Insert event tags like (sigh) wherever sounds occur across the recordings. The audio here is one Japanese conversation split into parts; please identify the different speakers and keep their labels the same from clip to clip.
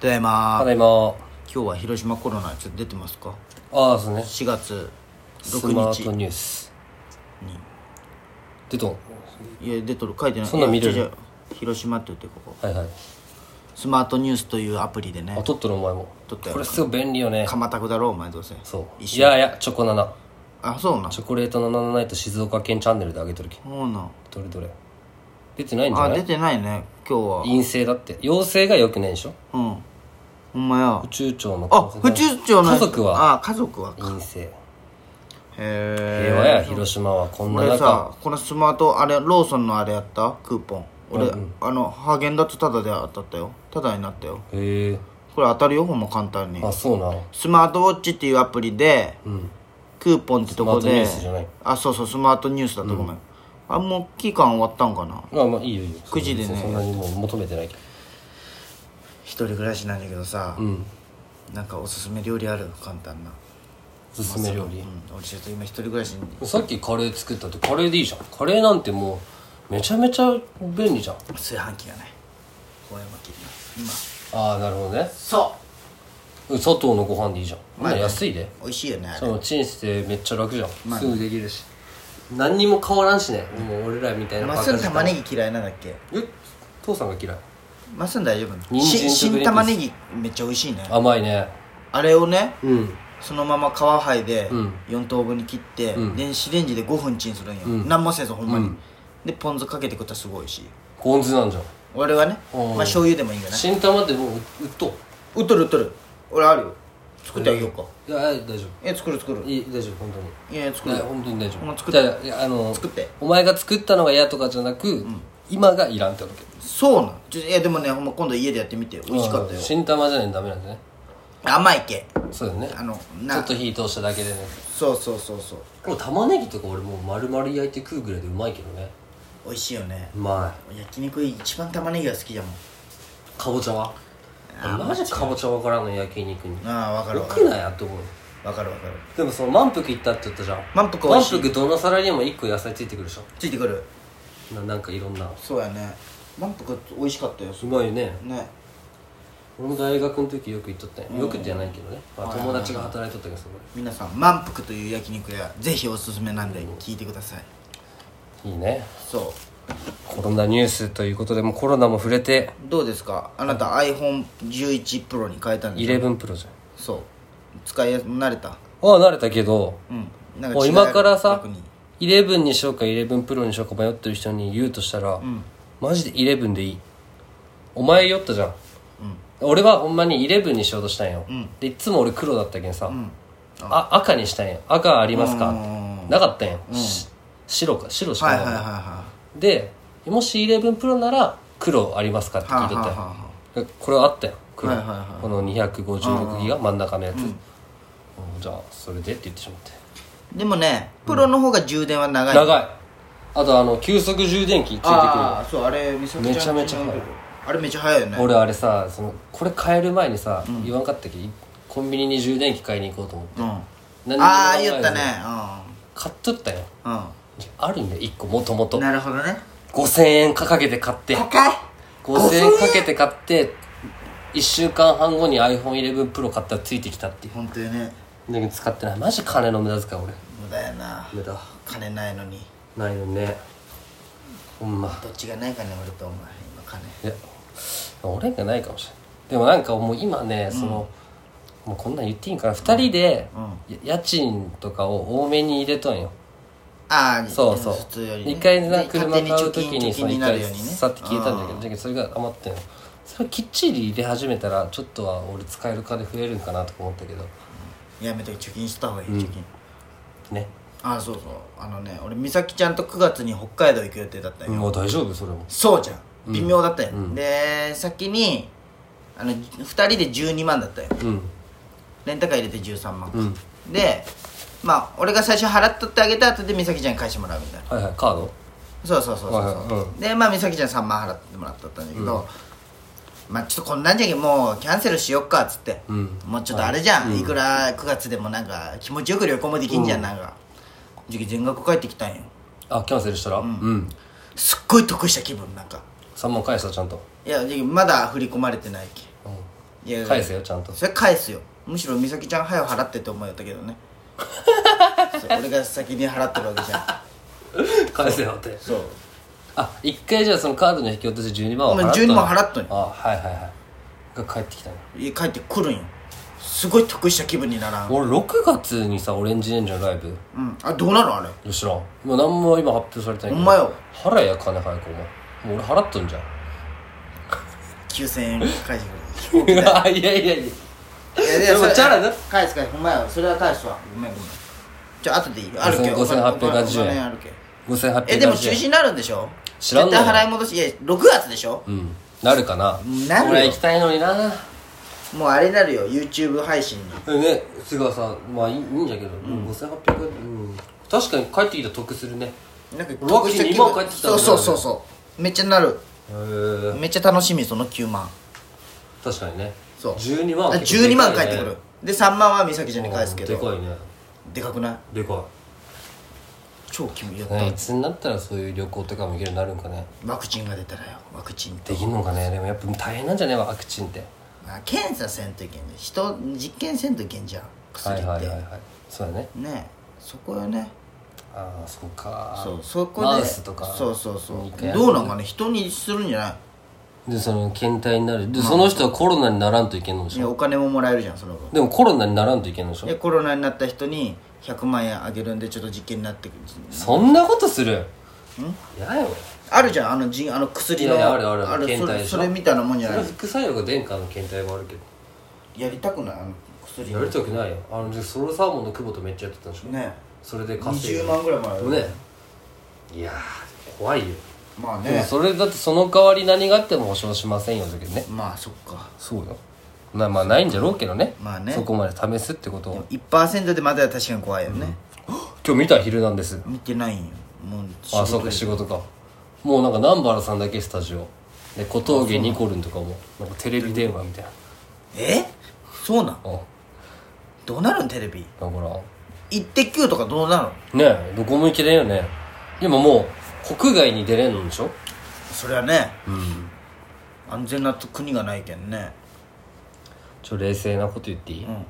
Speaker 1: ただいま
Speaker 2: ただいま
Speaker 1: 今日は広島コロナちょっと出てますか
Speaker 2: ああそうですね
Speaker 1: 4月
Speaker 2: ス
Speaker 1: 6
Speaker 2: マート
Speaker 1: 日
Speaker 2: ニュース出とん
Speaker 1: いや出とる書いてない
Speaker 2: そんなん見れる
Speaker 1: いや違う違う広島って言ってここ
Speaker 2: はいはい
Speaker 1: スマートニュースというアプリで
Speaker 2: あ
Speaker 1: ね
Speaker 2: 撮っとるお前も
Speaker 1: 撮ったよ
Speaker 2: これすごい便利よね
Speaker 1: 鎌田区だろお前どうせ
Speaker 2: そう
Speaker 1: 一
Speaker 2: い
Speaker 1: 緒
Speaker 2: やいやチョコナナ
Speaker 1: あそうなん
Speaker 2: チョコレートナナナイト静岡県チャンネルで上げとるけ
Speaker 1: そうなん
Speaker 2: どれどれ出てないんじゃ
Speaker 1: あ
Speaker 2: な
Speaker 1: 出
Speaker 2: い
Speaker 1: てないね今日
Speaker 2: 陰性だって陽性がよくないでしょ
Speaker 1: はうんほんまや
Speaker 2: 宇宙庁の
Speaker 1: あ府中町の
Speaker 2: 家族は
Speaker 1: あ家族は
Speaker 2: 陰性
Speaker 1: へ
Speaker 2: 平和や広島はこんな
Speaker 1: 俺
Speaker 2: 中
Speaker 1: さこのスマートあれローソンのあれやったクーポン俺、あのハーゲンダッツタダで当たったよタダになったよ
Speaker 2: へえ
Speaker 1: これ当たるよほんま簡単に
Speaker 2: あそうな
Speaker 1: スマートウォッチっていうアプリで、クーポンってとこ
Speaker 2: スマートニュ
Speaker 1: で
Speaker 2: ースじゃない
Speaker 1: あそうそうスマートニュースだとごめん、あもう期間終わったんかな
Speaker 2: まあまあいいよいいよ
Speaker 1: 9時でね
Speaker 2: そんなにもう求めてないけど
Speaker 1: 一人暮らしなんだけどさ、
Speaker 2: うん
Speaker 1: なんかおすすめ料理ある簡単な、
Speaker 2: おすすめ料理
Speaker 1: うん、俺ちょっと今一人暮らしに
Speaker 2: さっきカレー作ったってカレーでいいじゃんカレーなんてもうめちゃめちゃ便利じゃん
Speaker 1: 炊飯器がない高山切り今
Speaker 2: ああなるほどね
Speaker 1: そ
Speaker 2: うん砂糖のご飯でいいじゃん
Speaker 1: まあね
Speaker 2: 安いで
Speaker 1: う美味しいよねあ
Speaker 2: そ
Speaker 1: れ
Speaker 2: のチンしてめっちゃ楽じゃん、
Speaker 1: まあ
Speaker 2: すぐできるし何にも変わらんしねもう俺らみたいな
Speaker 1: ま
Speaker 2: バ
Speaker 1: っ
Speaker 2: カ
Speaker 1: すぐ
Speaker 2: 舌
Speaker 1: 玉ねぎ嫌いなんだっけ
Speaker 2: え父さんが嫌い
Speaker 1: まっすぐ大丈夫
Speaker 2: 人参
Speaker 1: し
Speaker 2: とグリーンピ
Speaker 1: 新玉
Speaker 2: ース
Speaker 1: ねぎめっちゃ美味しいねあ
Speaker 2: 甘いね
Speaker 1: れをね
Speaker 2: うん
Speaker 1: そのまま皮剥いで
Speaker 2: うん
Speaker 1: 4等分に切って、
Speaker 2: うん
Speaker 1: 電子レンジで5分チンするんよ、
Speaker 2: ん
Speaker 1: なんもせずほんまに、
Speaker 2: うん
Speaker 1: でポン酢かけて食ったらすごい美味しい
Speaker 2: ポン酢なんじゃん
Speaker 1: 俺はね
Speaker 2: お
Speaker 1: ま
Speaker 2: ー
Speaker 1: あ醤油でもいいんかな
Speaker 2: 新玉ってもう売っとう
Speaker 1: うっとるうっとる俺あるよ作ってあげようか、
Speaker 2: いやいや大丈
Speaker 1: え作る作る
Speaker 2: 夫いい大丈夫本当に
Speaker 1: いや
Speaker 2: い
Speaker 1: 作る
Speaker 2: や
Speaker 1: よ
Speaker 2: 本当に大丈
Speaker 1: お前
Speaker 2: 夫
Speaker 1: 作っ
Speaker 2: だからいやあの
Speaker 1: 作って
Speaker 2: お前が作ったのが嫌とかじゃなく、今がいらんってわけ
Speaker 1: そうなんちょいやでもねほんま今度家でやってみてよ美味しかったよ
Speaker 2: 新玉じゃないとダメなんだね
Speaker 1: 甘い系
Speaker 2: そうだよね
Speaker 1: あの
Speaker 2: ちょ
Speaker 1: な
Speaker 2: っと火通しただけでね
Speaker 1: そうそうそうそう
Speaker 2: これ玉ねぎとか俺もう丸々焼いて食うぐらいでうまいけどね
Speaker 1: 美味しいよね
Speaker 2: うまい
Speaker 1: 焼肉一番玉ねぎが好きだもん
Speaker 2: かぼちゃはなぜかぼちゃわからんの焼肉に
Speaker 1: ああわかる
Speaker 2: よ
Speaker 1: わか
Speaker 2: く
Speaker 1: る
Speaker 2: ないやって思う
Speaker 1: わかるわかる
Speaker 2: でもその満腹いったって言ったじゃん
Speaker 1: 満腹美
Speaker 2: 満
Speaker 1: 味しい
Speaker 2: 腹どの皿にも1個野菜ついてくるでしょ
Speaker 1: ついてくる
Speaker 2: ななんかいろんな
Speaker 1: そうやね満腹美味しかったよす
Speaker 2: うまいよね
Speaker 1: ね
Speaker 2: 俺も大学の時よく行っとったんよよくじゃないけどね、まあ、
Speaker 1: はいはい
Speaker 2: 友達が働いとったけどそこ
Speaker 1: 皆さん満腹という焼肉屋ぜひおすすめなんで聞いてください
Speaker 2: でいいね
Speaker 1: そ
Speaker 2: コロナニュースということでもうコロナも触れて
Speaker 1: うどうですかあなた iPhone11 Pro に変えたんでしょ
Speaker 2: 11プロじゃん
Speaker 1: そう使いや慣れた
Speaker 2: ああ慣れたけど
Speaker 1: うんなん
Speaker 2: もう
Speaker 1: 違い
Speaker 2: 今からさ
Speaker 1: 特に
Speaker 2: 11にしようか11プロにしようか迷ってる人に言うとしたら、マジで11でいいお前酔ったじゃん、俺はほんまに11にしようとしたんよ、でいつも俺黒だったけんさ、あ赤にしたんよ赤ありますか
Speaker 1: うん
Speaker 2: なかったんよ、し白か白しか
Speaker 1: は
Speaker 2: ないい、
Speaker 1: はいはいは
Speaker 2: でもし11プロなら黒ありますかって
Speaker 1: いは
Speaker 2: 聞い
Speaker 1: い
Speaker 2: と
Speaker 1: はい
Speaker 2: ったんよ
Speaker 1: は
Speaker 2: でこれあったよ黒、
Speaker 1: はいはいはい
Speaker 2: この256ギガ真ん中のやつ、うんじゃあそれでって言ってしまって
Speaker 1: いでもねプロの方が充電は長い
Speaker 2: 長いあとあの急速充電器ついてくる
Speaker 1: ああそうあれめちゃ
Speaker 2: めちゃめちゃ早い
Speaker 1: あれめちゃ早いよね
Speaker 2: 俺あれさそのこれ買える前にさ、言わんかったっけコンビニに充電器買いに行こうと思って
Speaker 1: うん
Speaker 2: 何にも考えずに
Speaker 1: ああ言ったね
Speaker 2: 買っとったよ
Speaker 1: うん
Speaker 2: あるんだよ1個もとも
Speaker 1: うん
Speaker 2: と
Speaker 1: なるほどね
Speaker 2: 5000円かけて買って
Speaker 1: 高い
Speaker 2: 5000円かけて買って1週間半後に iPhone11Pro 買ったらついてきたってい
Speaker 1: 本当よね
Speaker 2: うだけど使ってないマジ金の無駄遣い俺
Speaker 1: 無駄やな
Speaker 2: 無駄
Speaker 1: 金ないのに
Speaker 2: ないよねほんま
Speaker 1: どっちがないかね俺とお前今金
Speaker 2: いや俺がないかもしれないでもなんかもう今ねその、もうこんなん言っていいんかな2人で、や家賃とかを多めに入れとんよ
Speaker 1: ああ
Speaker 2: そうそう
Speaker 1: 普通よりね
Speaker 2: 一回な
Speaker 1: ね
Speaker 2: 車買う
Speaker 1: 勝手
Speaker 2: 時
Speaker 1: に貯金
Speaker 2: に
Speaker 1: 的
Speaker 2: さ
Speaker 1: に
Speaker 2: 一
Speaker 1: な
Speaker 2: 回
Speaker 1: るようにね
Speaker 2: さって消えたんだけ
Speaker 1: う
Speaker 2: どだけどそれが余ってんよそれをきっちり入れ始めたらちょっとは俺使える金増えるんかなとか思ったけど
Speaker 1: やめとけ貯金した方がいい貯金
Speaker 2: ね
Speaker 1: ああそうそうあのね俺美咲ちゃんと9月に北海道行く予定だったよ
Speaker 2: もう大丈夫それも
Speaker 1: そうじゃん微妙だったよで先にあの2人で12万だったよ
Speaker 2: うん
Speaker 1: レンタカー入れて13万かでまあ俺が最初払っとってあげた後で美咲ちゃんに返してもらうみたいな
Speaker 2: はいはいカード
Speaker 1: そうそうそうそう
Speaker 2: はいはい
Speaker 1: そう
Speaker 2: う
Speaker 1: でまあ美咲ちゃん3万払ってもらっとったんだけど、まあちょっとこんなんじゃけもうキャンセルしよっかっつって、
Speaker 2: うん
Speaker 1: もうちょっとあれじゃん、い、くら9月でもなんか気持ちよく旅行もできんじゃん、なんかじゃけ全額帰ってきたんよ
Speaker 2: あキャンセルしたらうん、
Speaker 1: すっごい得した気分なんか
Speaker 2: 3万返したちゃんと、
Speaker 1: いやでまだ振り込まれてないけ
Speaker 2: うん
Speaker 1: いや
Speaker 2: 返せよちゃんと
Speaker 1: それ返すよむしろ美咲ちゃん早く払ってって思いよったけ
Speaker 2: (laughs)
Speaker 1: どねそう俺が先に払ってるわけじゃん
Speaker 2: 返せよって
Speaker 1: そう
Speaker 2: あ一回じゃあそのカードの引き落とし12万を
Speaker 1: お前
Speaker 2: 払った
Speaker 1: 12万払ったのよ
Speaker 2: あはいはいはいが帰ってきたの
Speaker 1: 家帰ってくるんよすごい得した気分にならん
Speaker 2: 俺6月にさオレンジレンジのライブ
Speaker 1: うんあどうなのあれ
Speaker 2: 知らんもう何も今発表されてないけど
Speaker 1: ほんまよ
Speaker 2: 払えや金早くお前もう俺払っとんじゃん
Speaker 1: 9000円返してく
Speaker 2: いや (laughs) いやいやいや
Speaker 1: れいやい
Speaker 2: (laughs) でも
Speaker 1: それ
Speaker 2: チャラだ
Speaker 1: 返す返すほんまよそれは返すわごめんごめんじゃあ後でいいよあるけ
Speaker 2: 5880円
Speaker 1: 円あるけ
Speaker 2: 5800円
Speaker 1: えでも中止になるんでしょ
Speaker 2: 知らんのよ
Speaker 1: 絶対払い戻しいや6月でしょ
Speaker 2: うんなるかな
Speaker 1: なるよ
Speaker 2: 俺行きたいのにな
Speaker 1: もうあれになるよ YouTube 配信に
Speaker 2: ねすがさまあいいいいんだけど、うん、5800円、うん、確かに帰ってきた得するねへ
Speaker 1: なんか
Speaker 2: 浮気に2万返ってきた
Speaker 1: そ
Speaker 2: んだ
Speaker 1: う
Speaker 2: よ
Speaker 1: そうそうそうめっちゃなる
Speaker 2: え
Speaker 1: めっちゃ楽しみその9万
Speaker 2: 確かにね
Speaker 1: そう
Speaker 2: 12万
Speaker 1: あ
Speaker 2: 結構でかいね
Speaker 1: 12万返ってくるで3万は美咲ちゃんに返すけど
Speaker 2: でかいね
Speaker 1: でかくない
Speaker 2: でか
Speaker 1: 超気分やっ
Speaker 2: い、
Speaker 1: た、
Speaker 2: ね、いつになったらそういう旅行とかも行けるようになるんかね
Speaker 1: ワクチンが出たらよワクチンって
Speaker 2: できんのかねでもやっぱ大変なんじゃねワクチンって
Speaker 1: まあ、検査せんといけんね人実験せんといけんじゃん薬っ
Speaker 2: はい
Speaker 1: て、
Speaker 2: はいはいはいそうだね
Speaker 1: ねえそこよね
Speaker 2: ああそうか
Speaker 1: そうそこで
Speaker 2: マウスとか
Speaker 1: そうそうそう
Speaker 2: 一回やる
Speaker 1: どうなんかね人にするんじゃない
Speaker 2: でその検体になるでその人はコロナにならんといけんので
Speaker 1: い
Speaker 2: し
Speaker 1: や
Speaker 2: ょ
Speaker 1: お金ももらえるじゃんその分
Speaker 2: でもコロナにならんといけんのでし
Speaker 1: で
Speaker 2: ょ
Speaker 1: コロナになった人に100万円あげるんでちょっと実験になってくる
Speaker 2: そんなことするやよ
Speaker 1: あるじゃんあのじんあの薬の
Speaker 2: いやいやあるあるある
Speaker 1: そ
Speaker 2: 検体
Speaker 1: れ
Speaker 2: でし
Speaker 1: そ
Speaker 2: ょ
Speaker 1: れみたいなもんじゃ
Speaker 2: そ
Speaker 1: な
Speaker 2: れ
Speaker 1: い
Speaker 2: 副作用が殿下の検体もあるけど
Speaker 1: やりたくないあの薬
Speaker 2: やりたくないよあのソロサーモンの久保とめっちゃやってたんでしょ
Speaker 1: ね
Speaker 2: それで稼いで
Speaker 1: 20万ぐらいもらえる
Speaker 2: ねいやー怖いよ
Speaker 1: まあ
Speaker 2: でも
Speaker 1: ね
Speaker 2: それだってその代わり何があっても保証しませんよだけどね
Speaker 1: まあそっか
Speaker 2: そうよなまあないんじゃろうけどね,、
Speaker 1: まあね
Speaker 2: そこまで試すってこと
Speaker 1: でも
Speaker 2: を
Speaker 1: 1%でまだ確かに怖いよね、
Speaker 2: 今日見た「昼なんです
Speaker 1: 見てないんよもう仕
Speaker 2: あ
Speaker 1: 事
Speaker 2: そうか仕事かもうなんか南原さんだけスタジオで小峠ニコルンとかもなんかテレビ電話みたいな
Speaker 1: えそうなん
Speaker 2: あ
Speaker 1: どうなるんテレビ
Speaker 2: だから
Speaker 1: 「イッテ Q!」とかどうなるん
Speaker 2: ねえどこも行けれんよねでももう国外に出れんのでしょ
Speaker 1: それはね
Speaker 2: うん
Speaker 1: 安全な国がないけんね
Speaker 2: ちょ冷静なこと言っていい、
Speaker 1: うん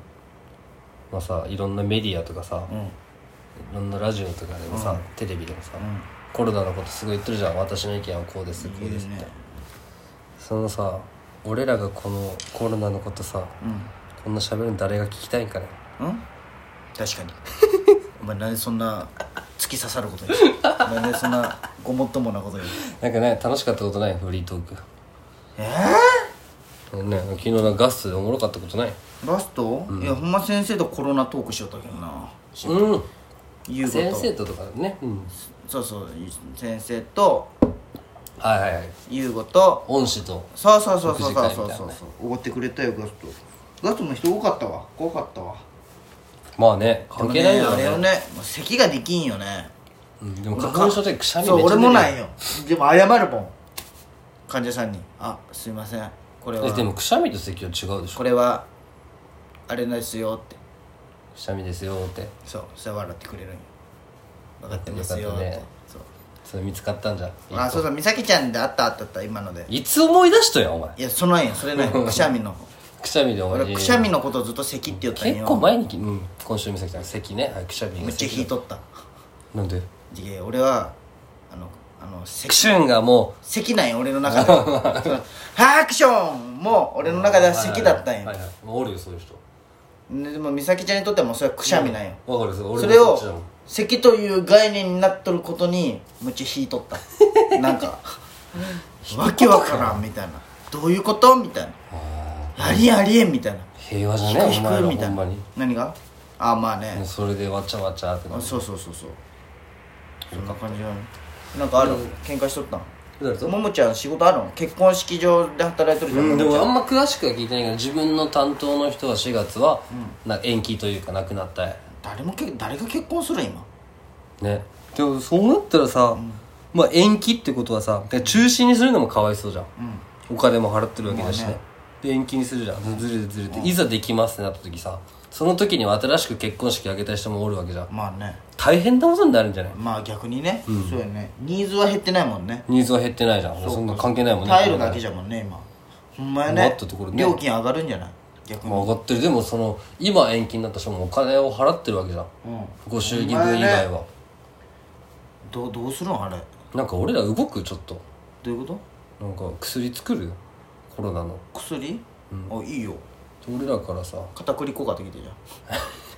Speaker 2: まあさいろんなメディアとかさ、
Speaker 1: うん
Speaker 2: いろんなラジオとかでもさ、テレビでも
Speaker 1: ん
Speaker 2: さ、コロナのことすごい言ってるじゃん私の意見はこうですこうですって、
Speaker 1: 言うね
Speaker 2: そのさ俺らがこのコロナのことさ、こんな喋るの誰が聞きたいんかね
Speaker 1: うん確
Speaker 2: (laughs)
Speaker 1: かにお前なんでそんな突き刺さることにしてなんでそんなごもっともなことに
Speaker 2: なんかね楽しかったことないフリートーク
Speaker 1: え
Speaker 2: ね昨日のガスでおもろかったことない
Speaker 1: ー、ラスト、いやほんま先生とコロナトークしよったけどな
Speaker 2: う
Speaker 1: 優
Speaker 2: ん
Speaker 1: 子
Speaker 2: 先
Speaker 1: と
Speaker 2: 生ととかね、うん、
Speaker 1: そうそう先生と
Speaker 2: はいはいはい
Speaker 1: 優子と
Speaker 2: 恩師と
Speaker 1: そうそうそうそうそう
Speaker 2: 食事会み
Speaker 1: そう
Speaker 2: たい
Speaker 1: そ
Speaker 2: な
Speaker 1: う
Speaker 2: ね
Speaker 1: おごってくれたよガストガストも人多かったわ多かったわ
Speaker 2: まあね関係ない
Speaker 1: で
Speaker 2: よ
Speaker 1: もね
Speaker 2: ね
Speaker 1: あれをねもう咳ができんよね
Speaker 2: うん、でも花粉症でくしゃみ
Speaker 1: そう
Speaker 2: めっちゃ
Speaker 1: 俺
Speaker 2: 出る
Speaker 1: もないよでも謝るもん患者さんに「あすいませんこれ
Speaker 2: えで
Speaker 1: は
Speaker 2: もくしゃみと咳は違うでしょ
Speaker 1: これはあれですよ」って
Speaker 2: くしゃみですよーって
Speaker 1: そうそしたら笑ってくれるんよ分かってますよって、
Speaker 2: よかったね
Speaker 1: そう
Speaker 2: それ見つかったんじゃん
Speaker 1: あそうそう美咲ちゃんであったあったあった今ので
Speaker 2: いつ思い出したよお前
Speaker 1: いやそのんよそれね
Speaker 2: (laughs)
Speaker 1: くしゃみの
Speaker 2: くしゃみでお前
Speaker 1: 俺くしゃみのことをずっと咳って言ったん
Speaker 2: 結
Speaker 1: よ
Speaker 2: 構前にき、うん、今週見せたら咳ね、はい、くしゃみが
Speaker 1: めっちゃ引いとった
Speaker 2: なんで
Speaker 1: で俺はあのあの
Speaker 2: く
Speaker 1: 咳
Speaker 2: しゅんがも
Speaker 1: 咳なんよ俺の
Speaker 2: (laughs)
Speaker 1: 中でそのハクションも俺の
Speaker 2: う
Speaker 1: 中では咳だったんよ、
Speaker 2: はいはいはいもうおるよそういう人
Speaker 1: ででも美咲ちゃんにとってはもうそれはくしゃみなんよ、
Speaker 2: わかるそう
Speaker 1: そ
Speaker 2: 俺
Speaker 1: れ
Speaker 2: もそ
Speaker 1: を
Speaker 2: っちだもん
Speaker 1: 咳という概念になっとることにむっちゃ引いとった
Speaker 2: (laughs)
Speaker 1: なんかわけわからんみたいなどういうことみたい
Speaker 2: あ
Speaker 1: なありえんありえんみたいな
Speaker 2: ー平和じゃ
Speaker 1: 引
Speaker 2: ね
Speaker 1: く
Speaker 2: お
Speaker 1: 引
Speaker 2: 前
Speaker 1: く
Speaker 2: ら
Speaker 1: みた
Speaker 2: ほ
Speaker 1: い
Speaker 2: んま
Speaker 1: な
Speaker 2: に
Speaker 1: 何がああまあね、
Speaker 2: ねそれでわちゃわちゃってな
Speaker 1: あ
Speaker 2: る
Speaker 1: そうそうそうそうそんな感じなのなんかある喧嘩しとったの
Speaker 2: 誰と
Speaker 1: ももちゃん仕事あるの結婚式場で働いてるじゃん、
Speaker 2: うんで
Speaker 1: もも
Speaker 2: も
Speaker 1: ちゃ
Speaker 2: あ
Speaker 1: ん
Speaker 2: んま詳しくは聞いてないけど自分の担当の人は4月はな延期というかなくなった
Speaker 1: 誰もけ誰が結婚する今
Speaker 2: ねでもそうなったらさ、まあ延期ってことはさで中止にするのもかわいそうじゃん、お金も払ってるわけだしね,、で延期にするじゃんずれずれて、いざできますってなった時さその時には新しく結婚式挙げた人もおるわけじゃん
Speaker 1: まあね
Speaker 2: 大変なことになるんじゃない
Speaker 1: まあ逆にね、そうやねニーズは減ってないもんね
Speaker 2: ニーズは減ってないじゃんそんな関係ないもんね
Speaker 1: 耐えるだけじゃもんね今ほんまや
Speaker 2: もうあ
Speaker 1: ね
Speaker 2: ったところね
Speaker 1: 料金上がるんじゃない逆に
Speaker 2: まあ上がってるでもその今延期になった人もお金を払ってるわけじゃん
Speaker 1: うん
Speaker 2: ご祝儀分以外は、
Speaker 1: どうどうするんあれ
Speaker 2: なんか俺ら動くちょっと
Speaker 1: どういうこ
Speaker 2: なんか薬作るコロナの
Speaker 1: と薬、あいいよ
Speaker 2: 俺らからさ
Speaker 1: 片栗粉ができてるじ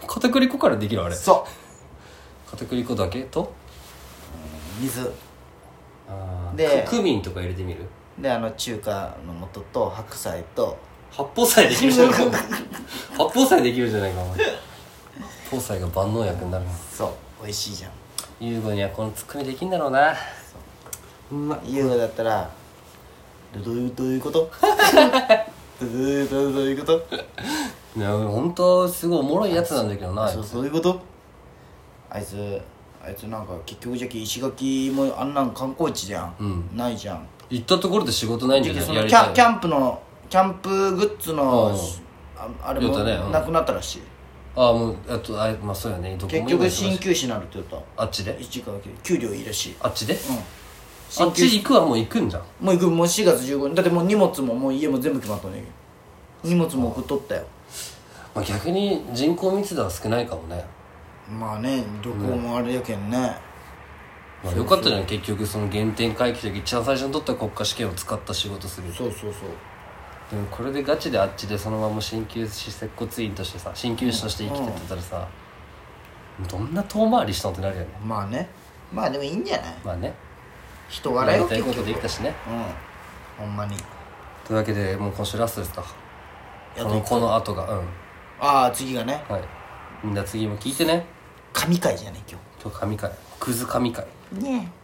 Speaker 1: ゃん
Speaker 2: 片栗粉からできるあれ
Speaker 1: そ
Speaker 2: 片栗粉だけと
Speaker 1: う水
Speaker 2: で
Speaker 1: で
Speaker 2: クミンとか入れてみる
Speaker 1: であの中華の素と白菜と
Speaker 2: 八宝菜できるじゃないか八宝菜できるじゃないかお前八宝菜が万能薬になるな
Speaker 1: (laughs) そう美味しいじゃん
Speaker 2: 優吾にはこのツッコミできんだろうなうまい
Speaker 1: 優雅だったらどどういうどういうこと (laughs) どどういうどどういうこと
Speaker 2: いや本当すごいおもろいやつなんだけどな
Speaker 1: そうそういうことあいつあいつなんか結局じゃけ石垣もあんなん観光地じゃん、ないじゃん
Speaker 2: 行ったところで仕事ないんじゃ
Speaker 1: じゃ
Speaker 2: な
Speaker 1: けそ
Speaker 2: い
Speaker 1: のキ
Speaker 2: やり
Speaker 1: ャンキ
Speaker 2: たい
Speaker 1: ャンプのキャンプグッズのああれ
Speaker 2: 言
Speaker 1: も
Speaker 2: うたねうん
Speaker 1: なくなったらしい、
Speaker 2: ああもうあとあまあそうやねどこも
Speaker 1: 結
Speaker 2: 今
Speaker 1: 局
Speaker 2: 忙しい
Speaker 1: 鍼灸師になるって言った
Speaker 2: あっちで
Speaker 1: 一時間だけで給料いいらしい
Speaker 2: あっちで
Speaker 1: うん
Speaker 2: あっち行くはもう行くんじゃん
Speaker 1: もう行くもう4月15日だってもう荷物ももう家も全部決まったね荷物も送っとったよ
Speaker 2: まあ、逆に人口密度は少ないかもね、
Speaker 1: まあね旅行もあれやけんね、
Speaker 2: まあ、よかったじゃん結局その原点回帰で一番最初に取った国家試験を使った仕事する
Speaker 1: そうそうそう
Speaker 2: でもこれでガチであっちでそのまま鍼灸師接骨院としてさ鍼灸師として生きてってたらさ、どんな遠回りしたのってなるよね
Speaker 1: まあねまあでもいいんじゃない
Speaker 2: まあね
Speaker 1: 人笑い
Speaker 2: や
Speaker 1: よ
Speaker 2: りたい
Speaker 1: 結局
Speaker 2: こと
Speaker 1: うん
Speaker 2: できたしね
Speaker 1: ほんまに
Speaker 2: というわけでもう今週ラストですか
Speaker 1: や
Speaker 2: こ
Speaker 1: っと
Speaker 2: のこの後がうん
Speaker 1: ああ次がね
Speaker 2: はいみんな次も聞いてね
Speaker 1: 神回じゃね今
Speaker 2: 今日神回クズ神回
Speaker 1: 日ねえ